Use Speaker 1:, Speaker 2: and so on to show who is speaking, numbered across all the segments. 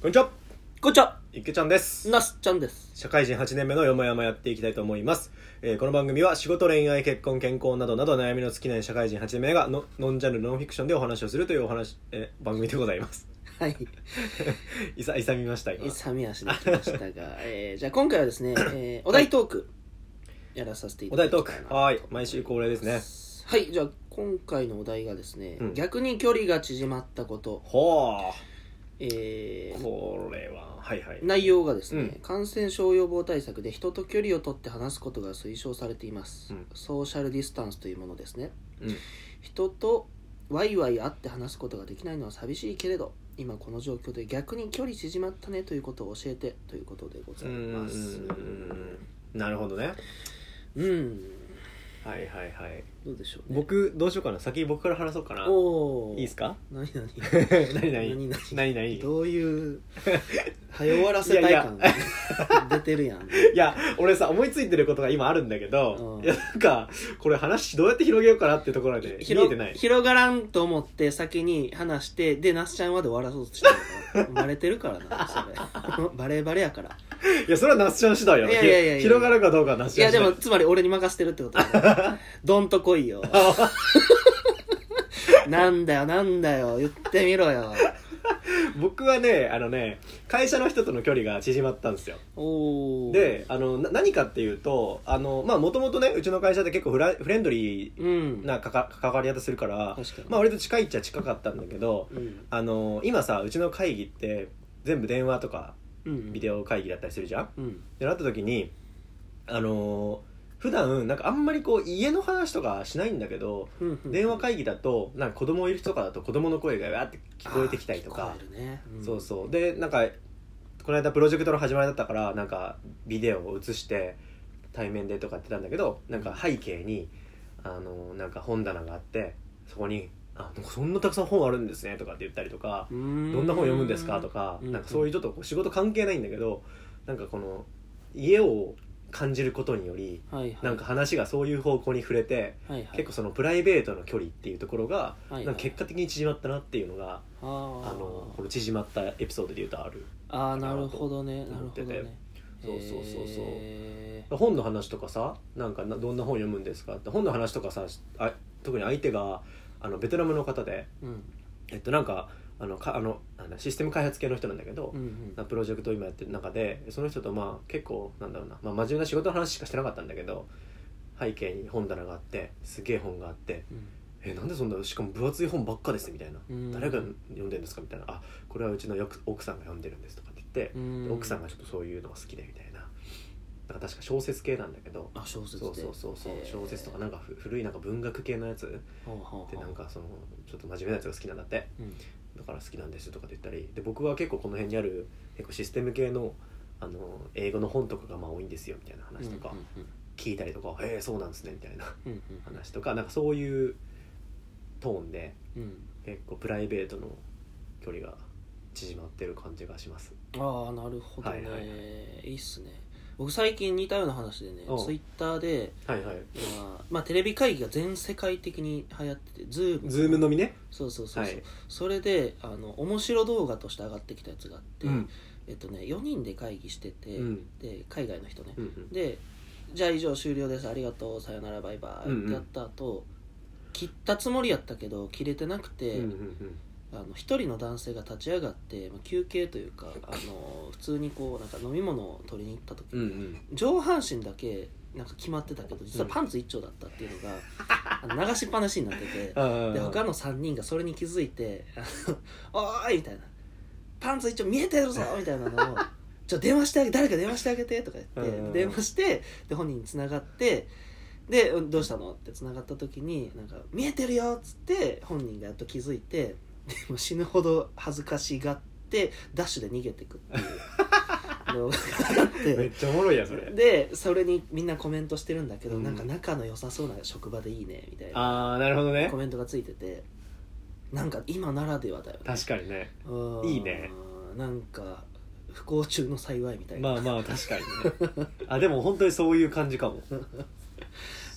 Speaker 1: こんにちは
Speaker 2: こんにちは、
Speaker 1: いっけちゃんです
Speaker 2: なすちゃんです。
Speaker 1: 社会人8年目のよもやまやっていきたいと思います、えーこの番組は仕事恋愛結婚健康などなど悩みの尽きない社会人8年目がのノンジャンルノンフィクションでお話をするというお話、えー番組でございます
Speaker 2: はい。
Speaker 1: いさいさみました今
Speaker 2: 勇み足で来ましたが、えー、じゃあ今回はですね、えー、お題トーク、やらさせてい
Speaker 1: お
Speaker 2: ただ
Speaker 1: 題
Speaker 2: き
Speaker 1: トー
Speaker 2: たい
Speaker 1: ク
Speaker 2: なと
Speaker 1: はーい毎週恒例ですね
Speaker 2: はい、じゃあ今回のお題がですね、
Speaker 1: うん
Speaker 2: 逆に距離が縮まったこと、
Speaker 1: ほ
Speaker 2: え
Speaker 1: う
Speaker 2: ー、
Speaker 1: これははいはい
Speaker 2: 内容がですね、
Speaker 1: うん
Speaker 2: 感染症予防対策で人と距離を取って話すことが推奨されています、
Speaker 1: うん
Speaker 2: ソーシャルディスタンスというものですね
Speaker 1: うん
Speaker 2: 人とワイワイ会って話すことができないのは寂しいけれど今この状況で逆に距離縮まったねということを教えてということでご
Speaker 1: う
Speaker 2: ざ
Speaker 1: ー
Speaker 2: います
Speaker 1: んなるほどね
Speaker 2: うん
Speaker 1: はいはいはい
Speaker 2: どうでしょうね
Speaker 1: 僕どうしようかな先僕から話そうかな
Speaker 2: おお
Speaker 1: いいですか
Speaker 2: 何何
Speaker 1: 何
Speaker 2: 何
Speaker 1: 何
Speaker 2: 々
Speaker 1: 何何い
Speaker 2: どういう早終わらせたい感が出てるやん
Speaker 1: や俺さ思いついてることが今あるんだけど、
Speaker 2: うん
Speaker 1: いやなんかこれ話どうやって広げようかなってところで見え
Speaker 2: 広
Speaker 1: てない
Speaker 2: 広がらんと思って先に話してで那須ちゃんまで終わらそうとしてるのからバレてるからなそれ バレバレやから
Speaker 1: いやそれはナスちゃん次第よ
Speaker 2: いやいやいやいや
Speaker 1: 広がるかどうかはナス
Speaker 2: い
Speaker 1: ちゃん
Speaker 2: や
Speaker 1: 次
Speaker 2: で
Speaker 1: 第
Speaker 2: もつまり俺に任せてるってことだ ねどんと来いよなんだよなんだよ言ってみろよ
Speaker 1: 僕はねあのね会社の人との距離が縮まったんですよ
Speaker 2: おお
Speaker 1: であのな何かっていうとあのまあもともとねうちの会社で結構フラフレンドリー
Speaker 2: うん
Speaker 1: なかか関わり方するから
Speaker 2: 確かに
Speaker 1: まあ割と近いっちゃ近かったんだけど
Speaker 2: うん
Speaker 1: あの今さうちの会議って全部電話とか
Speaker 2: うん
Speaker 1: ビデオ会議だったりするじゃんっ
Speaker 2: うん
Speaker 1: てなった時にあのー普段なんかあんまりこう家の話とかしないんだけど、
Speaker 2: うんうん
Speaker 1: 電話会議だとなんか子供いる人とかだと子供の声がわーって聞こえてきたりと
Speaker 2: あ
Speaker 1: か
Speaker 2: ー聞こえるね
Speaker 1: そうそうでなんかこの間プロジェクトの始まりだったからなんかビデオを映して対面でとかやってたんだけどなんか背景にあのなんか本棚があってそこに「あなんかそんなたくさん本あるんですね」とかって言ったりとか「
Speaker 2: うん
Speaker 1: どんな本読むんですか?」とか
Speaker 2: うん
Speaker 1: なんかそういうちょっとこう仕事関係ないんだけどなんかこの家を感じることにより
Speaker 2: はいはい
Speaker 1: なんか話がそういう方向に触れて
Speaker 2: はいはい
Speaker 1: 結構そのプライベートの距離っていうところが
Speaker 2: はいはい
Speaker 1: なんか結果的に縮まったなっていうのがあ
Speaker 2: ああ
Speaker 1: のこの縮まったエピソードで言うとある
Speaker 2: ああなるほどねなる
Speaker 1: 思っ
Speaker 2: ほ
Speaker 1: て
Speaker 2: ど
Speaker 1: て
Speaker 2: ね
Speaker 1: そうそうそうそう
Speaker 2: へー
Speaker 1: 本の話とかさなんかなどんな本読むんですかって本の話とかさあ特に相手があのベトナムの方で
Speaker 2: うん
Speaker 1: えっとなんかあのかあのあのシステム開発系の人なんだけど
Speaker 2: う、ん
Speaker 1: なプロジェクトを今やってる中でその人とまあ結構なんだろうな、まあ、真面目な仕事の話しかしてなかったんだけど背景に本棚があってすげえ本があって
Speaker 2: うん
Speaker 1: えなんでそんなしかも分厚い本ばっかですみたいな、
Speaker 2: うん
Speaker 1: 誰が読んでるんですかみたいなあこれはうちのよく奥さんが読んでるんですとかって言って、
Speaker 2: うん
Speaker 1: 奥さんがちょっとそういうのが好きでみたいななんか確か小説系なんだけど
Speaker 2: あ小説で
Speaker 1: そうそうそうそう
Speaker 2: へー
Speaker 1: 小説とかなんかふ古いなんか文学系のやつ
Speaker 2: ほうほうほう
Speaker 1: でなんかそのちょっと真面目なやつが好きなんだって
Speaker 2: うん
Speaker 1: だから好きなんですとかって言ったりで僕は結構この辺にある結構システム系のあの英語の本とかがまあ多いんですよみたいな話とか
Speaker 2: うん
Speaker 1: 聞いたりとか「えー、そうなんですね」みたいな
Speaker 2: うんうん
Speaker 1: 話とかなんかそういうトーンで
Speaker 2: うんうん
Speaker 1: 結構プライベートの距離が縮まってる感じがします
Speaker 2: ああなるほど
Speaker 1: は
Speaker 2: ね、、
Speaker 1: いいはいはい
Speaker 2: っすね僕最近似たような話でね
Speaker 1: おう
Speaker 2: ツイッターで、
Speaker 1: はいはい
Speaker 2: まあ、まあテレビ会議が全世界的に流行っててズーム
Speaker 1: ズームのみね
Speaker 2: そうそうそうそう、
Speaker 1: はい
Speaker 2: それであの面白動画として上がってきたやつがあって、
Speaker 1: うん
Speaker 2: えっとね4人で会議してて、
Speaker 1: うん
Speaker 2: で海外の人ね、
Speaker 1: うんうん
Speaker 2: でじゃあ以上終了ですありがとうさよならバイバイ、
Speaker 1: うんうん
Speaker 2: ってやった後切ったつもりやったけど切れてなくて、
Speaker 1: うんうん
Speaker 2: あの一人の男性が立ち上がって、まあ、休憩というかあの普通にこうなんか飲み物を取りに行った時、
Speaker 1: うんうん
Speaker 2: 上半身だけなんか決まってたけど実はパンツ一丁だったっていうのが、あの流しっぱなしになってて
Speaker 1: うん
Speaker 2: で他
Speaker 1: の
Speaker 2: の3人がそれに気づいて「あのおーい!」みたいな「パンツ一丁見えて るぞ!」みたいなのを「ちょ電話してあげ誰か電話してあげて」とか言って、
Speaker 1: うんうん
Speaker 2: 電話してで本人に繋がってで「どうしたの?」って繋がった時に「なんか見えてるよ!」っつって本人がやっと気づいてでも死ぬほど恥ずかしがってダッシュで逃げてくっていうのがあっ。
Speaker 1: めってちゃおもろいやんそれ
Speaker 2: でそれにみんなコメントしてるんだけど、
Speaker 1: うん
Speaker 2: なんか仲の良さそうな職場でいいねみたいな
Speaker 1: ああなるほどね
Speaker 2: コメントがついててなんか今ならではだよね
Speaker 1: 確かにね
Speaker 2: うん
Speaker 1: いいね
Speaker 2: なんか不幸中の幸いみたいな、
Speaker 1: まあまあ確かにねあでも本当にそういう感じかも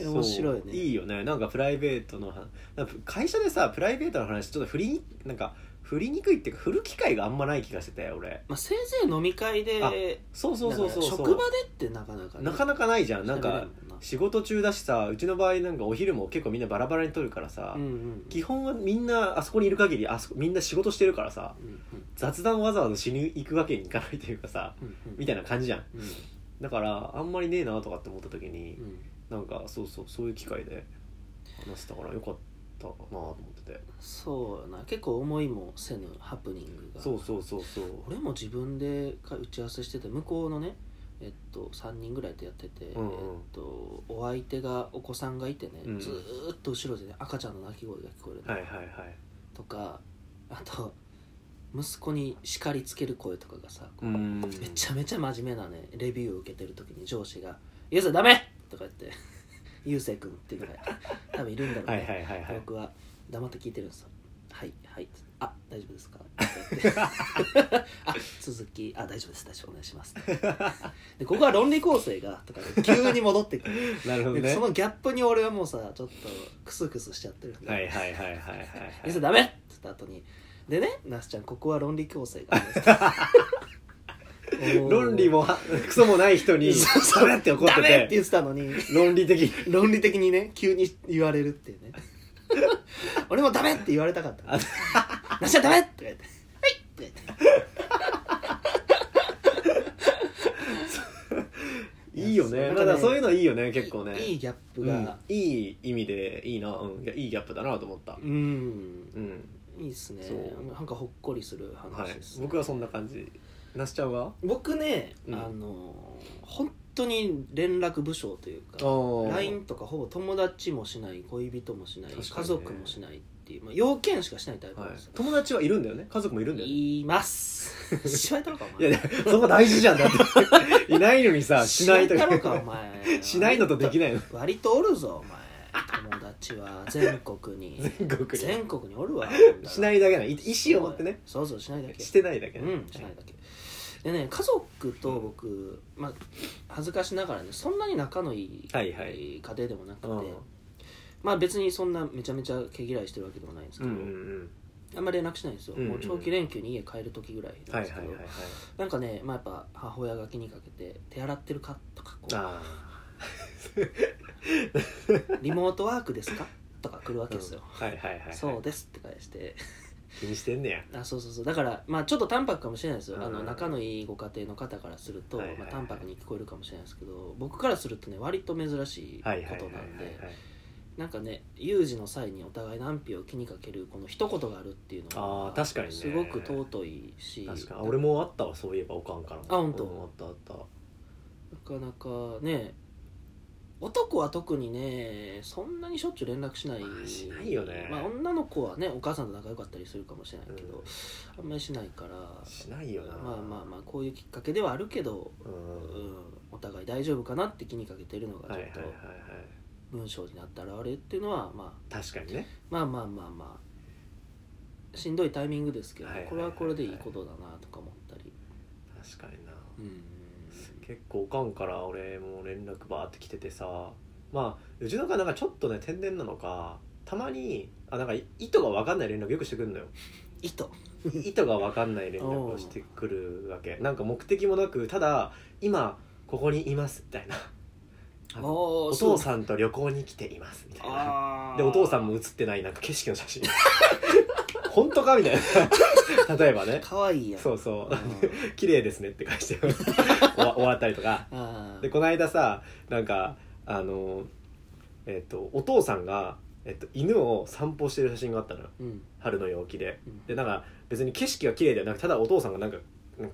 Speaker 2: え面白いね
Speaker 1: そういいよねなんかプライベートの話なんか会社でさプライベートの話ちょっと振りになんか振振りにくいっていうか振る機会があんまない気がしてて俺
Speaker 2: まあ、せいぜい飲み会
Speaker 1: あ
Speaker 2: で
Speaker 1: そうそうそうそう
Speaker 2: だから
Speaker 1: そう
Speaker 2: 職場でってなかなかね、
Speaker 1: なかなかないじゃんなん
Speaker 2: 喋れ
Speaker 1: か
Speaker 2: もんな
Speaker 1: 仕事中だしさうちの場合なんかお昼も結構みんなバラバラに取るからさ、
Speaker 2: うんうん
Speaker 1: 基本はみんなあそこにいる限りあそこみんな仕事してるからさ
Speaker 2: うんうん
Speaker 1: 雑談わざわざしに行くわけにいかないというかさ
Speaker 2: うんうん
Speaker 1: みたいな感じじゃん
Speaker 2: うん
Speaker 1: だからあんまりねえなとかって思った時に、
Speaker 2: うん
Speaker 1: なんかそうそうそういう機会で話せたからよかったなと思ってて
Speaker 2: そうやな結構思いもせぬハプニングが
Speaker 1: そうそうそうそう
Speaker 2: 俺も自分でか打ち合わせしてて向こうのねえっと、3人ぐらいでやってて、
Speaker 1: うんうん
Speaker 2: えっと、お相手がお子さんがいてね、
Speaker 1: うん
Speaker 2: ずーっと後ろで、ね、赤ちゃんの泣き声が聞こえるの、
Speaker 1: はいはいはい
Speaker 2: とかあと息子に叱りつける声とかがさ、こう
Speaker 1: うん
Speaker 2: めちゃめちゃ真面目なねレビューを受けてる時に上司が「ゆうせいダメ!」とか言って 「ゆうせい君」っていうのが多分いるんだろうね
Speaker 1: はいはいはいはい
Speaker 2: 僕は黙って聞いてるんですよ「はいはい」あ大丈夫 ですか?」って言って「あ続きあ大丈夫です大丈夫お願いします」でここは論理構成がとかで急に戻ってくる、
Speaker 1: なるほど
Speaker 2: で
Speaker 1: ね
Speaker 2: そのギャップに俺はもうさちょっとクスクスしちゃってるんで
Speaker 1: はいはいはいはいはいはい
Speaker 2: ゆうせいダメ!」って言った後に「でねなすちゃんここは論理 構成があるんです」
Speaker 1: 論理もはクソもない人に
Speaker 2: そうそう
Speaker 1: それって怒って
Speaker 2: ダメって
Speaker 1: て
Speaker 2: 言ってたのに
Speaker 1: 論理的に
Speaker 2: 論理的にね急に言われるっていうね俺もダメって言われたかった
Speaker 1: あ
Speaker 2: 「なしはダメ!」って言われて「はい!」って言われて
Speaker 1: いいよねだからそういうのいいよね結構ね
Speaker 2: いいギャップが
Speaker 1: うんいい意味でいいな、うん、いやいいギャップだなと思った
Speaker 2: う、ん
Speaker 1: うん
Speaker 2: いいっすね
Speaker 1: そう
Speaker 2: なんかほっこりする
Speaker 1: は
Speaker 2: 話
Speaker 1: い
Speaker 2: です、、ね
Speaker 1: 僕はそんな感じなしちゃんは
Speaker 2: 僕ね、
Speaker 1: うん
Speaker 2: あの本当に連絡部署というか
Speaker 1: おー
Speaker 2: LINE とかほぼ友達もしない恋人もしない、
Speaker 1: 確かにね
Speaker 2: 家族もしないっていう、まあ、要件しかしないタイプ
Speaker 1: は
Speaker 2: なん
Speaker 1: い
Speaker 2: ですよ、、
Speaker 1: 友達はいるんだよね家族もいるんだよね
Speaker 2: い、ます しまいたのかお
Speaker 1: いや
Speaker 2: 前
Speaker 1: いやそこ大事じゃんだって いないのにさしないと
Speaker 2: しまいたの
Speaker 1: か
Speaker 2: かお前
Speaker 1: しないのとできないの
Speaker 2: 割とおるぞお前友達は全国 に
Speaker 1: 全国に
Speaker 2: 全国におるわ
Speaker 1: しないだけないい意思を持ってね
Speaker 2: そうそうしないだけ
Speaker 1: してないだけ
Speaker 2: う
Speaker 1: ね、
Speaker 2: んしないだけでね家族と僕、まあ、恥ずかしながらねそんなに仲のいい
Speaker 1: は
Speaker 2: 家
Speaker 1: いは
Speaker 2: 庭
Speaker 1: い
Speaker 2: でもなくて、
Speaker 1: うん
Speaker 2: まあ別にそんなめちゃめちゃ毛嫌いしてるわけでもないんで
Speaker 1: う
Speaker 2: すけ
Speaker 1: ん
Speaker 2: ど、
Speaker 1: うんうん
Speaker 2: あんまり連絡しないんですよ、
Speaker 1: うんうん
Speaker 2: もう長期連休に家帰る時ぐらいな
Speaker 1: は
Speaker 2: ん
Speaker 1: い
Speaker 2: です
Speaker 1: はい
Speaker 2: けど、
Speaker 1: はいはい
Speaker 2: なんかね、まあ、やっぱ母親が気にかけて「手洗ってるか?」とかこう
Speaker 1: あ
Speaker 2: リモートワークですか?」とか来るわ
Speaker 1: あ、う
Speaker 2: け
Speaker 1: ん
Speaker 2: ですよ、
Speaker 1: はいはいはい
Speaker 2: そうですって返して
Speaker 1: 気にしてんねや
Speaker 2: あそうそうそうだからまあちょっと淡白かもしれないですよ、
Speaker 1: うん
Speaker 2: あの仲のいいご家庭の方からすると、
Speaker 1: はいはいはい
Speaker 2: まあ、淡白に聞こえるかもしれないですけど僕からするとね割と珍しいこ
Speaker 1: はいはいはい
Speaker 2: と
Speaker 1: はい
Speaker 2: なんでなんかね有事の際にお互いの安否を気にかけるこの一言があるっていうのは
Speaker 1: あー確かにね
Speaker 2: すごく尊いし
Speaker 1: 確かに俺もあったわそういえばおかんからも
Speaker 2: あ本当
Speaker 1: うんあったあった
Speaker 2: なかなかね男は特にねそんなにしょっちゅう連絡しない
Speaker 1: まあしないよね
Speaker 2: まあ、女の子はねお母さんと仲良かったりするかもしれないけど、あんまりしないから
Speaker 1: しないよな
Speaker 2: まあまあまあこういうきっかけではあるけど、
Speaker 1: う
Speaker 2: うんん、お互い大丈夫かなって気にかけてるのが
Speaker 1: はい
Speaker 2: ち
Speaker 1: は
Speaker 2: ょ
Speaker 1: い
Speaker 2: っ
Speaker 1: はい
Speaker 2: と
Speaker 1: はい
Speaker 2: 文章になって現れるっていうのは、ま
Speaker 1: 確かにね
Speaker 2: あ、まあまあまあまあしんどいタイミングですけど、
Speaker 1: はいはい
Speaker 2: こ
Speaker 1: はい
Speaker 2: れ
Speaker 1: は
Speaker 2: はいこれでいいことだなとか思ったり、
Speaker 1: 確かにな
Speaker 2: うん、
Speaker 1: 結構おかんから俺も連絡バーって来ててさまあうちのおかんなんかちょっとね天然なのかたまにあなんかい意図が分かんない連絡よくしてくる のよ
Speaker 2: 糸
Speaker 1: 意図が分かんない連絡をしてくるわけなんか目的もなくただ今ここにいますみたいなあの
Speaker 2: お
Speaker 1: お父さんと旅行に来ていますみたいな
Speaker 2: あー
Speaker 1: でお父さんも写ってないなんか景色の写 真本当かみたいな例えばね
Speaker 2: 可愛いやん
Speaker 1: そううそ
Speaker 2: ん
Speaker 1: う綺麗ですねって返して終わ終わったりとか
Speaker 2: あ ー
Speaker 1: でこの間さなんかあのえっ、とお父さんが、えっと犬を散歩してる写真があったのよ
Speaker 2: うん
Speaker 1: 春の陽気で
Speaker 2: うん
Speaker 1: でなんか別に景色が綺麗ではなくただお父さんがなんか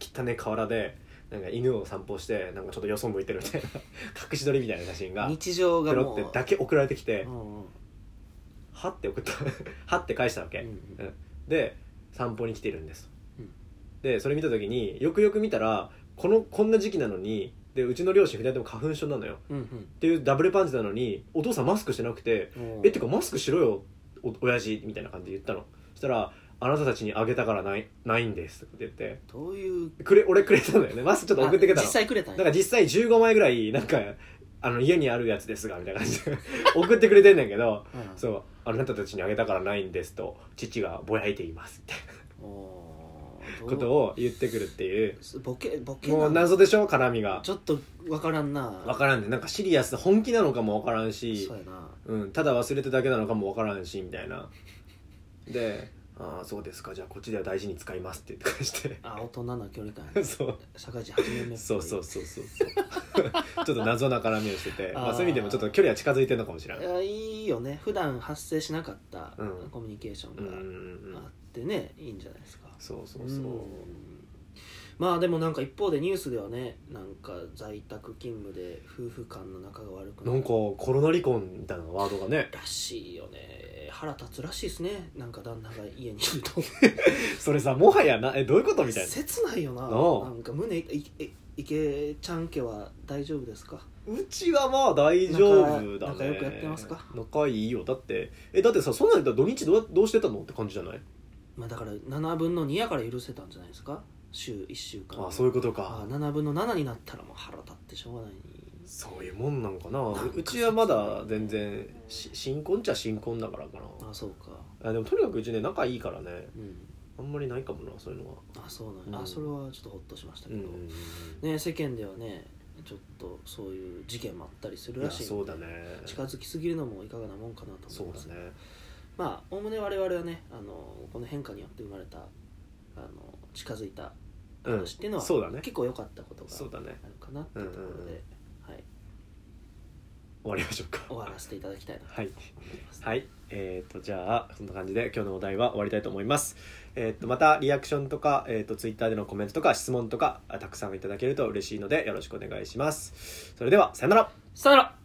Speaker 1: 汚ね河原でなんか犬を散歩してなんかちょっとよそ向いてるみたいな 隠し撮りみたいな写真が
Speaker 2: 日常
Speaker 1: ペ
Speaker 2: が
Speaker 1: ロ
Speaker 2: も
Speaker 1: っ
Speaker 2: う
Speaker 1: てだけ送られてきて
Speaker 2: うんうん
Speaker 1: 「は」って送った はって返したわけ、
Speaker 2: うんうん
Speaker 1: で散歩に来てるんです、
Speaker 2: うん
Speaker 1: でそれ見た時によくよく見たらこのこんな時期なのにでうちの両親2人とも花粉症なのよ
Speaker 2: うん
Speaker 1: っていうダブルパンチなのにお父さんマスクしてなくて
Speaker 2: う
Speaker 1: 「
Speaker 2: ん
Speaker 1: えってかマスクしろよお親父みたいな感じで言ったのそしたら「あなたたちにあげたからないないんです」って言って
Speaker 2: どういう
Speaker 1: くれ俺くれたんだよねマスクちょっと送ってくれた
Speaker 2: あ
Speaker 1: の
Speaker 2: 実際くれたん
Speaker 1: だか
Speaker 2: や
Speaker 1: ら実際15枚ぐらいなんかあの家にあるやつですがみたいな感じで 送ってくれてんだけど
Speaker 2: うん
Speaker 1: そうあなたたちにあげたからないんですと父がぼやいていますって
Speaker 2: おーどう
Speaker 1: ことを言ってくるっていう
Speaker 2: ボケボケな
Speaker 1: もう謎でしょ絡みが
Speaker 2: ちょっとわからんな
Speaker 1: 分からんねなんかシリアス本気なのかも分からんし
Speaker 2: そうやな
Speaker 1: うん、ただ忘れただけなのかもわからんしみたいなで「ああそうですかじゃあこっちでは大事に使います」って言って返して
Speaker 2: あ大人な距離感やね
Speaker 1: そう
Speaker 2: 社会人初め目っぽい
Speaker 1: そうそうそうそう そうちょっと謎な絡みをしててま
Speaker 2: あ
Speaker 1: あ、
Speaker 2: ー
Speaker 1: そういう意味でもちょっと距離は近づいてるのかもしれない
Speaker 2: いやいいよね普段発生しなかった
Speaker 1: うん
Speaker 2: コミュニケーショ
Speaker 1: うんうんう
Speaker 2: ン
Speaker 1: んう
Speaker 2: があ
Speaker 1: ん
Speaker 2: ってね、いいんじゃないですか
Speaker 1: そうそうそう、
Speaker 2: んまあでもなんか一方でニュースではねなんか在宅勤務で夫婦間の仲が悪く
Speaker 1: なんかコロナ離婚みたいなワードがね
Speaker 2: らしいよね腹立つらしいですねなんか旦那が家にいると
Speaker 1: それさもはやなえどういうことみたいな
Speaker 2: 切ないよな
Speaker 1: ああ
Speaker 2: なんか胸いいい池ちゃん家は大丈夫ですか
Speaker 1: うちはまあ大丈夫だね
Speaker 2: 仲仲良くやってますか
Speaker 1: 仲いいよだってえだってさそんなん言ったら土日どうどうしてたのって感じじゃない
Speaker 2: まあだから7分の2やから許せたんじゃないですか週1週間
Speaker 1: ああそういうことか
Speaker 2: ああ7分の7になったらもう腹立ってしょうがない
Speaker 1: そういうもんなんかな
Speaker 2: なんか
Speaker 1: うちはまだ全然し新婚っちゃ新婚だからか
Speaker 2: ああそうか
Speaker 1: なあでもとにかくうちね仲いいからね
Speaker 2: うん
Speaker 1: あんまりないかもなそういうのは
Speaker 2: あそうなんや、
Speaker 1: うん
Speaker 2: あそれはちょっとほっとしました
Speaker 1: う
Speaker 2: け
Speaker 1: ん
Speaker 2: ど、
Speaker 1: うんうん
Speaker 2: ね、世間ではねちょっとそういう事件もあったりす
Speaker 1: い
Speaker 2: る
Speaker 1: や
Speaker 2: らしいんで
Speaker 1: そうだね
Speaker 2: 近づきすぎるのもいかがなもんかなと
Speaker 1: そ
Speaker 2: 思いうま
Speaker 1: だ
Speaker 2: す
Speaker 1: ね
Speaker 2: まあおおむね我々はねあのこの変化によって生まれたあの近づいた
Speaker 1: うん
Speaker 2: 話っていうのは、
Speaker 1: そうだね
Speaker 2: 結構良かったことが
Speaker 1: そうだね
Speaker 2: あるかなっていうところで、
Speaker 1: うんうんうん
Speaker 2: はい、
Speaker 1: 終わりましょうか
Speaker 2: 終わらせていただきたいなと
Speaker 1: はい
Speaker 2: 思います、
Speaker 1: はい、えー、とじゃあそんな感じで今日のお題は終わりたいと思います、えー、とまたリアクションとか、えー、とツイッターでのコメントとか質問とかあたくさんいただけると嬉しいのでよろしくお願いしますそれではさよなら
Speaker 2: さよなら